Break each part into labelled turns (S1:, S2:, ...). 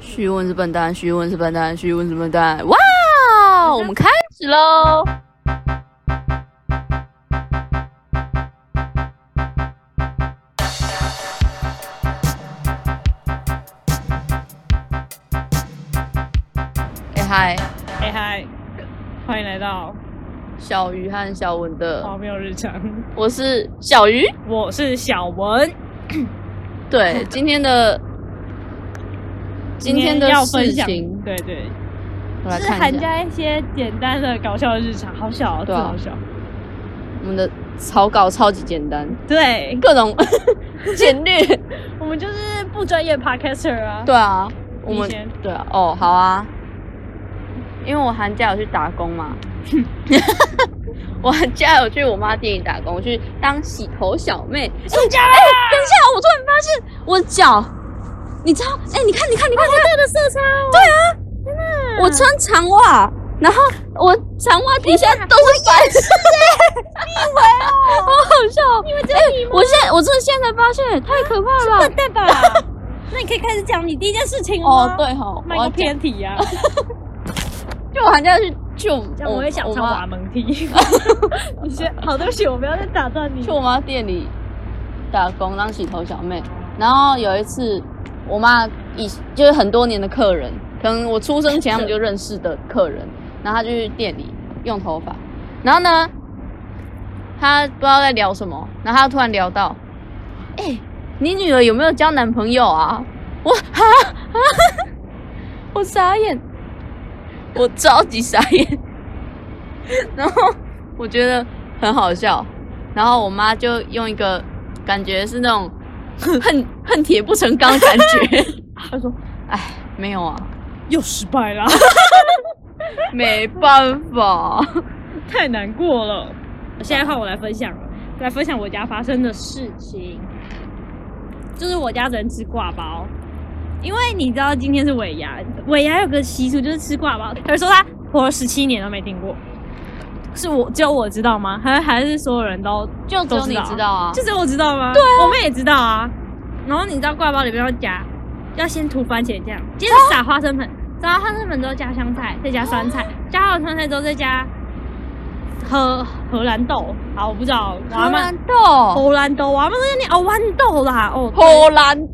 S1: 徐文是笨蛋，徐文是笨蛋，徐文是笨蛋。哇！我们开始喽。哎嗨，
S2: 哎嗨，欢迎来到
S1: 小鱼和小文的，
S2: 荒谬日常，
S1: 我是小鱼。
S2: 我是小文。
S1: 对，今天的今天的
S2: 要
S1: 事
S2: 分享
S1: 情，，
S2: 对对，
S1: 我来
S2: 就是
S1: 看
S2: 含
S1: 一下
S2: 加一些简单的搞笑的日常，好小、哦，
S1: 对
S2: 真
S1: 啊
S2: 好小。
S1: 我们的草稿超级简单，
S2: 对，
S1: 各种简略。
S2: 我们就是不专业 podcaster 啊。
S1: 对啊，我
S2: 你
S1: 们
S2: 先
S1: 对啊，哦，好啊，因为我寒假有去打工 嘛，我寒假有去我妈店里打工，我去当洗头小妹。暑假、哎等一下，我突然发现我脚，你知道？哎、你看，你看，你看，你看，
S2: 的色差、哦。
S1: 我穿长袜，然后我长袜底下都是白色的，你以为哦？ 好好笑哦！你们我现在我真的现在才发现，太可怕了吧。
S2: 笨蛋吧？ 那你可以开始讲你第一件事情了
S1: 哦
S2: 吗，，
S1: 对吼，
S2: 卖
S1: 我要
S2: 个
S1: 讲
S2: 偏题啊，
S1: 就我寒假去去我
S2: 这样我也想唱
S1: 妈
S2: 瓦门梯。 你先，好，对不起，我不要再打断你
S1: 去。我妈店里打工当洗头小妹，然后有一次我妈以就是很多年的客人，可能我出生前他们就认识的客人，然后她就去店里用头发，然后呢，她不知道在聊什么，然后她突然聊到，哎、你女儿有没有交男朋友啊？我啊啊，我傻眼，我超级傻眼，然后我觉得很好笑。然后我妈就用一个感觉是那种恨恨铁不成钢的感觉，
S2: 他说
S1: 哎，没有啊，
S2: 又失败啦，
S1: 没办法，
S2: 太难过了。现在换我来分享了，来分享我家发生的事情，就是我家人吃挂包，因为你知道今天是尾牙，尾牙有个习俗就是吃挂包，他就说他活了十七年都没听过，是我只有我知道吗？还还是所有人都
S1: 就只有你知道啊
S2: 就，只有我知道吗？对、啊，我们也知道啊。然后你知道挂包里面要加，要先涂番茄酱，接着撒花生粉，撒花生粉之后加香菜，再加酸菜，加好酸菜之后再加荷荷兰豆。好，我不知道，我阿
S1: 荷
S2: 妈
S1: 兰豆，
S2: 荷兰豆，我阿妈在念哦豌豆啦，哦，
S1: 荷兰豆，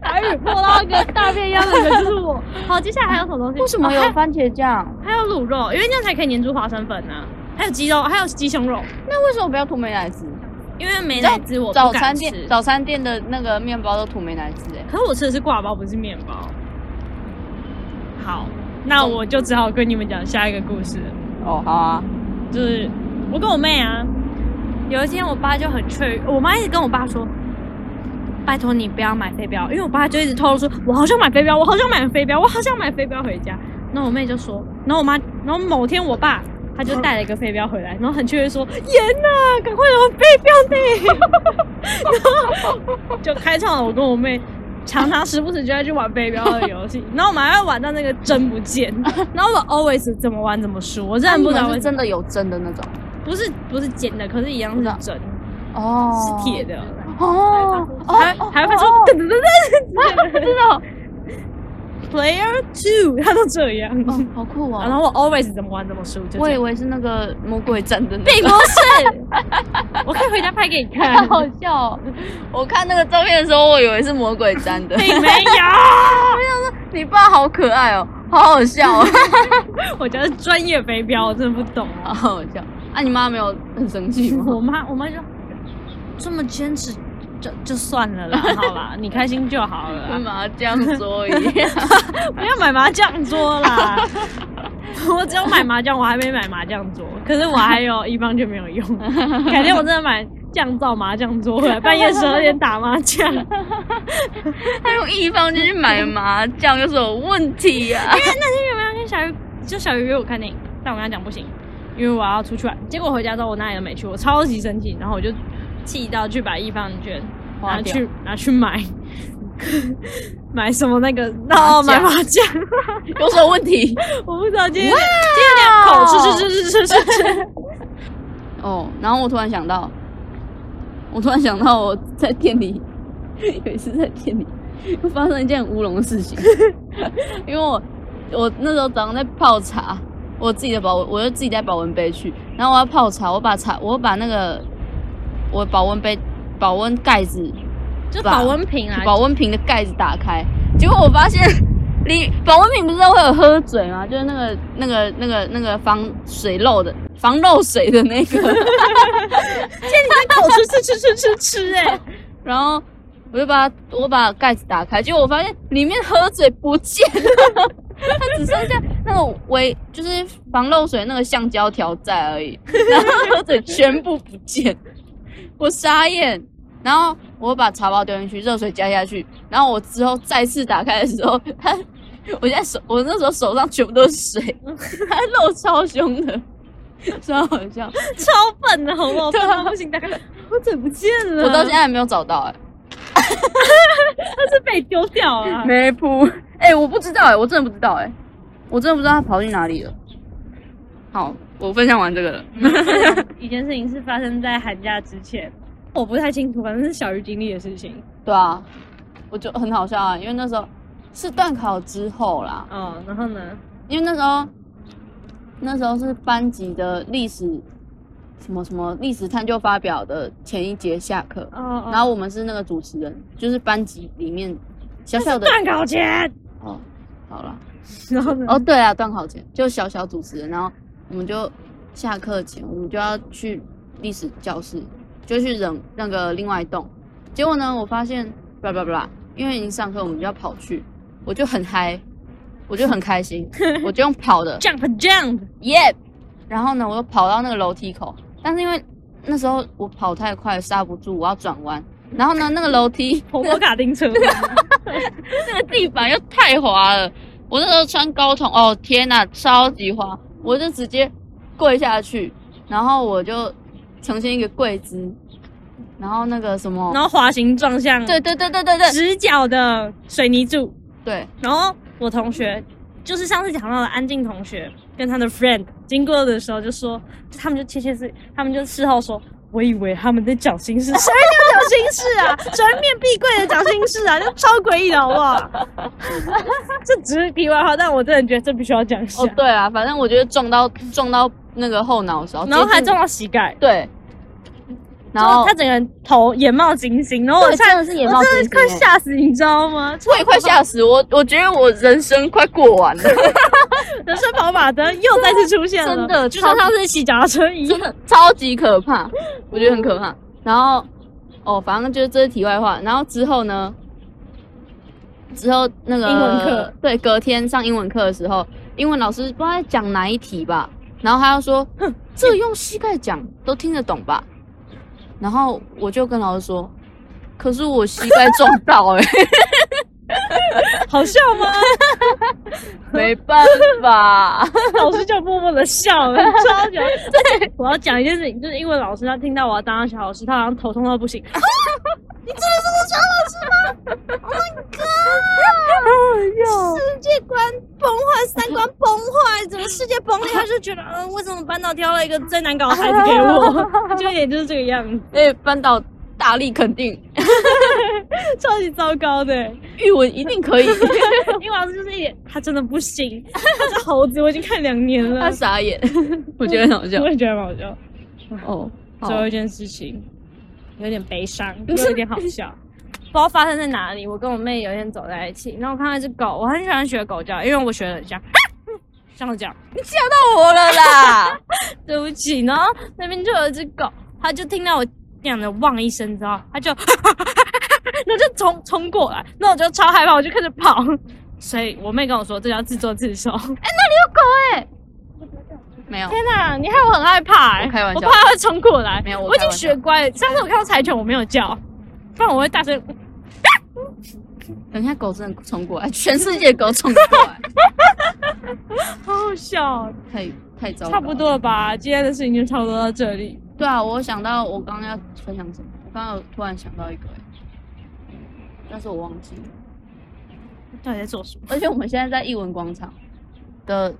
S2: 台语破到跟大便一样的人就是我。 好，接下来还有什么东西？
S1: 为什么
S2: 哦还
S1: 有番茄酱？
S2: 还有卤肉？因为这样才可以粘住花生粉啊。还有鸡肉，还有鸡胸肉，
S1: 那为什么不要涂美乃滋？
S2: 因为
S1: 你
S2: 没
S1: 知道
S2: 奶汁我
S1: 早
S2: 不
S1: 餐
S2: 敢
S1: 店
S2: 吃。
S1: 早餐店的那个面包都涂美乃滋哎，
S2: 可是我吃的是挂包，不是面包。好，那我就只好跟你们讲下一个故事了，
S1: 哦，好啊，
S2: 就是我跟我妹啊，有一天我爸就很脆，我妈一直跟我爸说，拜托你不要买飞镖，因为我爸就一直透露说，我好想买飞镖，我好想买飞镖，我好想买飞镖回家。然后我妹就说，然后我妈，然后某天我爸他就带了一个飞镖回来，然后很雀跃说，严呐、赶快我飞镖 呢，然后就开创了我跟我妹。常常时不时就会去玩飞镖的游戏，然后我们还会玩到那个针不见，然后我们 always 怎么玩怎么输，我真
S1: 但
S2: 的
S1: 你
S2: 不知道
S1: 们
S2: 为
S1: 是
S2: 什么
S1: 真的有真的那种
S2: 不是不是剪的，可是一样
S1: 不
S2: 是
S1: 知道
S2: 针，
S1: 哦，
S2: 是铁的，
S1: 哦，
S2: 还
S1: 哦
S2: 还会说
S1: 哦
S2: 噔噔噔噔，知道？Player Two，他都这样。
S1: 哦，好酷
S2: 然
S1: 哦，
S2: 后我 always 怎么玩怎么输，就
S1: 我
S2: 这
S1: 以
S2: 样。
S1: 为是那个魔鬼战的那个
S2: 并不是， 我可以回家拍给你
S1: 太
S2: 看。
S1: 好笑、哦！我看那个照片的时候，我以为是魔鬼粘 的。
S2: 并没有，
S1: 你爸好可爱哦，好好笑、哦，
S2: 我家是专业飞镖，我真的不懂
S1: 好
S2: 啊。
S1: 好笑。啊，你妈没有很生气吗？
S2: 我妈我妈就这么坚持，就就算了啦，好啦，你开心就好了啊啦。
S1: 麻将桌一 样，
S2: 不要买麻将桌 啦！我只有买麻将，我还没买麻将桌，可是我还有一方就没有用。改天我真的买降噪麻将 桌回来，半夜十二点打麻将。
S1: 他用一方就去买麻将，有什么问题啊？
S2: 那天原本要跟小鱼，就小鱼约我看电影，但我跟他讲不行，因为我要出去玩。结果回家之后我哪里都没去，我超级生气，然后我就气到去把一方券拿
S1: 花掉
S2: 去拿去买 买什么那个，
S1: 麻
S2: 然后买
S1: 将
S2: 麻将。
S1: 有什么问题？
S2: 我不知道今天有点今天有点口吃吃吃吃吃吃吃。
S1: 哦，然后我突然 想到，我突然想到我在店里有一次在店里，又发生一件很乌龙的事情，因为我我那时候早上在泡茶，我自己的保温，我就自己带保温杯去，然后我要泡茶，我把茶，我把那个我保温杯保温盖子
S2: 就
S1: 吧
S2: 保温瓶啊，
S1: 保温瓶的盖子打开，结果我发现里保温瓶不是都会有喝嘴吗？就是那个那个那个那个防水漏的防漏水的那个，
S2: 口吃吃吃吃吃吃，哎，
S1: 然后我就把它我把盖子打开，结果我发现里面喝嘴不见了，它只剩下那个围就是防漏水那个橡胶条在而已，然后喝嘴全部不见，我傻眼。然后我把茶包丢进去，热水加下去，然后我之后再次打开的时候，它我现在手我那时候手上全部都是水，它漏超凶的，超好笑。
S2: 超笨的好不好？
S1: 对
S2: 笨
S1: 啊
S2: 到不行，大概我嘴不见了，
S1: 我到现在还没有找到哎、
S2: 它是被丢掉了啊。
S1: 没谱。哎、我不知道哎、我真的不知道哎、我真的不知道他跑去哪里了。好，我分享完这个了。
S2: 一件事情是发生在寒假之前，我不太清楚，反正是小鱼经历的事情。
S1: 对啊，我就很好笑啊，因为那时候是段考之后啦，
S2: 哦，然后呢？
S1: 因为那时候那时候是班级的历史什么什么历史探究发表的前一节下课，
S2: 哦，
S1: 然后我们是那个主持人，就是班级里面小小的
S2: 断考前，
S1: 哦，好了。
S2: 然后呢？
S1: 哦，对啊，段考前就小小主持人，然后我们就下课前，我们就要去历史教室，就去人那个另外一栋。结果呢，我发现，blah blah blah，因为已经上课，我们就要跑去，我就很嗨，我就很开心，我就用跑的，
S2: jump jump，
S1: 耶、然后呢，我又跑到那个楼梯口，但是因为那时候我跑太快，刹不住，我要转弯。然后呢，那个楼梯
S2: 婆婆卡丁车，
S1: 那个地板又太滑了，我那时候穿高筒，哦天呐，超级滑，我就直接跪下去，然后我就呈现一个跪姿，然后那个什么，
S2: 然后滑行撞向
S1: 对对对对对对
S2: 直角的水泥柱。
S1: 对，
S2: 然后我同学就是上次讲到的安静同学跟他的 friend 经过的时候就说，就他们就窃窃私，他们就事后说。我以为他们在讲 心事，谁叫讲心事啊？全面必跪的讲心事啊， 就超诡异的好不好？ 这只是题外话，但我真的觉得这必须要讲一下。
S1: 哦对啊，反正我觉得撞到撞到那个后脑勺，
S2: 然后
S1: 哦接
S2: 还
S1: 近
S2: 撞到膝盖，
S1: 对，然后
S2: 他整个人头眼冒金星，然后我
S1: 对
S2: 差
S1: 真的是眼冒
S2: 我真
S1: 金
S2: 的
S1: 星
S2: 快
S1: 欸
S2: 吓死，你知道吗？
S1: 我也快吓死我，我觉得我人生快过完了，
S2: 人生跑马灯又再次出现了，
S1: 真的
S2: 就
S1: 超
S2: 像
S1: 级
S2: 上次洗脚踏车一
S1: 真
S2: 样。
S1: 的超级可怕，我觉得很可怕。然后，哦，反正就是这是题外话。然后之后呢，之后那个
S2: 英文课，
S1: 对，隔天上英文课的时候，英文老师不知道在讲哪一题吧，然后他就说，哼，这个用膝盖讲都听得懂吧？然后我就跟老师说，可是我膝盖撞到哎、欸
S2: 好笑吗？
S1: 没办法，
S2: 老师就默默的笑 了，超级好。对，我要讲一件事情，就是英文老师他听到我要当小老师，他好像头痛到不行。啊 你真的是个小老师吗？Oh my god！世界观崩坏，三观崩坏，整个世界崩 裂，他就觉得，嗯，为什么班导挑了一个最难搞的孩子给我？ 就有点就是这个样子，
S1: 哎，班导大力肯定，
S2: 超级糟糕 的。
S1: 语文一定可以，
S2: 英文老师就是一点，他真的不行，他是猴子，我已经看两年了
S1: 他。傻 眼，我觉得很好笑
S2: 我。也觉得蛮好笑。
S1: 哦，
S2: 最后一件事情，有点悲伤，又有点好笑， 不知道发生在哪里。我跟我妹有一天走在一起，然后我看到一只狗，我很喜欢学狗叫，因为我学的很像， 像我讲，
S1: 我了 啦！
S2: 对不起。然后那边就有一只狗，它就听到我这样的汪一声之后，它就， 然后就冲冲过来，那我就超害怕，我就开始跑。所以我妹跟我说，这叫自作自受。
S1: 没有，
S2: 天哪，你害我很害怕、欸，
S1: 我开玩笑
S2: 我怕它会冲过来。
S1: 没有我
S2: 我
S1: 开
S2: 已经
S1: 玩笑
S2: 学乖了。上次我看到柴犬，我没有叫，不然我会大声。
S1: 等一下狗真的冲过来，全世界狗冲过 来，
S2: 好好笑，
S1: 太太糟糕。
S2: 差不。多了吧？今天的事情就差不多到这里。
S1: 对啊，我想到我刚刚要分享什么，我刚刚有突然想到一个、欸，但是我忘记了。
S2: 到底在做什么？
S1: 而且我们现在在艺文广场的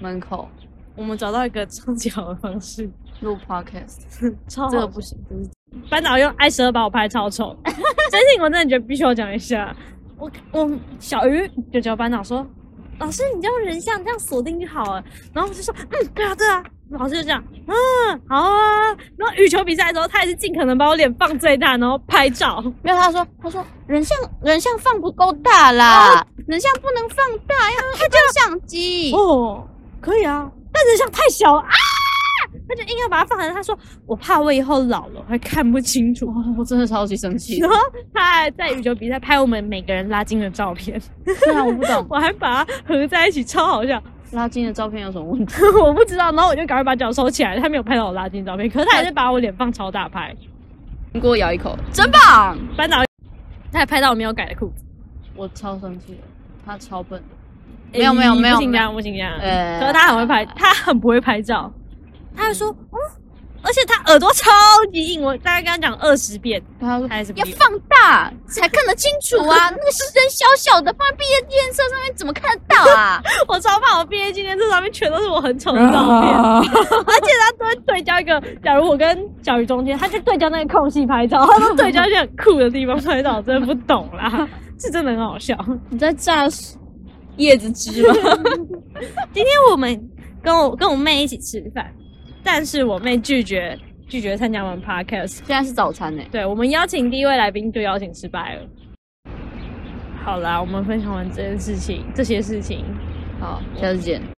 S1: 门口
S2: 我们找到一个超级好的方式，
S1: 录 podcast，
S2: 超
S1: 这
S2: 好
S1: 个。不行，这是
S2: 班导用 i 十二把我拍超丑，这件事情我真的觉得必须要讲一下。我我小鱼就叫班长说，老师你就用人像这样锁定就好了。然后我就说，嗯，对啊对啊。老师就这样，嗯，好啊。然后羽球比赛的时候，他也是尽可能把我脸放最大，然后拍照。
S1: 没有，他说他说人像人像放不够大啦，人像不能放大，要用一般相机。
S2: 哦，可以啊，但人像太小了啊！他就硬要把它放大。他说我怕我以后老了会看哦不清楚。
S1: 哇 我真的超级生 气
S2: 然，后他还在羽球比赛拍我们每个人拉筋的照片，
S1: 虽啊然我不懂
S2: 我还把它合在一起，超好笑。
S1: 拉筋的照片有什么问题，
S2: 我不知道，然后我就赶快把脚收起来，他没有拍到我拉筋的照片，可是他还是把我脸放超大拍。
S1: 你给我咬一口，真棒！
S2: 班导他还拍到我没有改的裤子，
S1: 我超生气的，他超笨哎的，
S2: 诶
S1: 没有没有
S2: 你
S1: 没有
S2: 不行这啊
S1: 没有
S2: 样不行
S1: 呃
S2: 这样。可是他很会拍，他很不会拍照，他还说，嗯，而且他耳朵超级硬，我大概跟他讲二十遍，
S1: 他说
S2: 他还是不
S1: 要
S2: 理我
S1: 放大才看得清楚啊，那个人小小的放在毕业纪念册上面怎么看得到啊？
S2: 我超怕我毕业纪念册上面全都是我很丑的照片，
S1: 啊
S2: 而且他都会对焦一个，假如我跟小鱼中间，他就对焦那个空隙拍照，他都对焦一些很酷的地方拍照，我真的不懂 啦，是真的很好笑。
S1: 你在榨叶子汁吗？
S2: 今天我们跟我跟我妹一起吃饭，但是我妹拒绝拒绝参加我们 podcast，
S1: 现在是早餐呢、欸
S2: 对我们邀请第一位来宾就邀请失败了。好啦，我们分享完这件事情，这些事情，
S1: 好，下次见。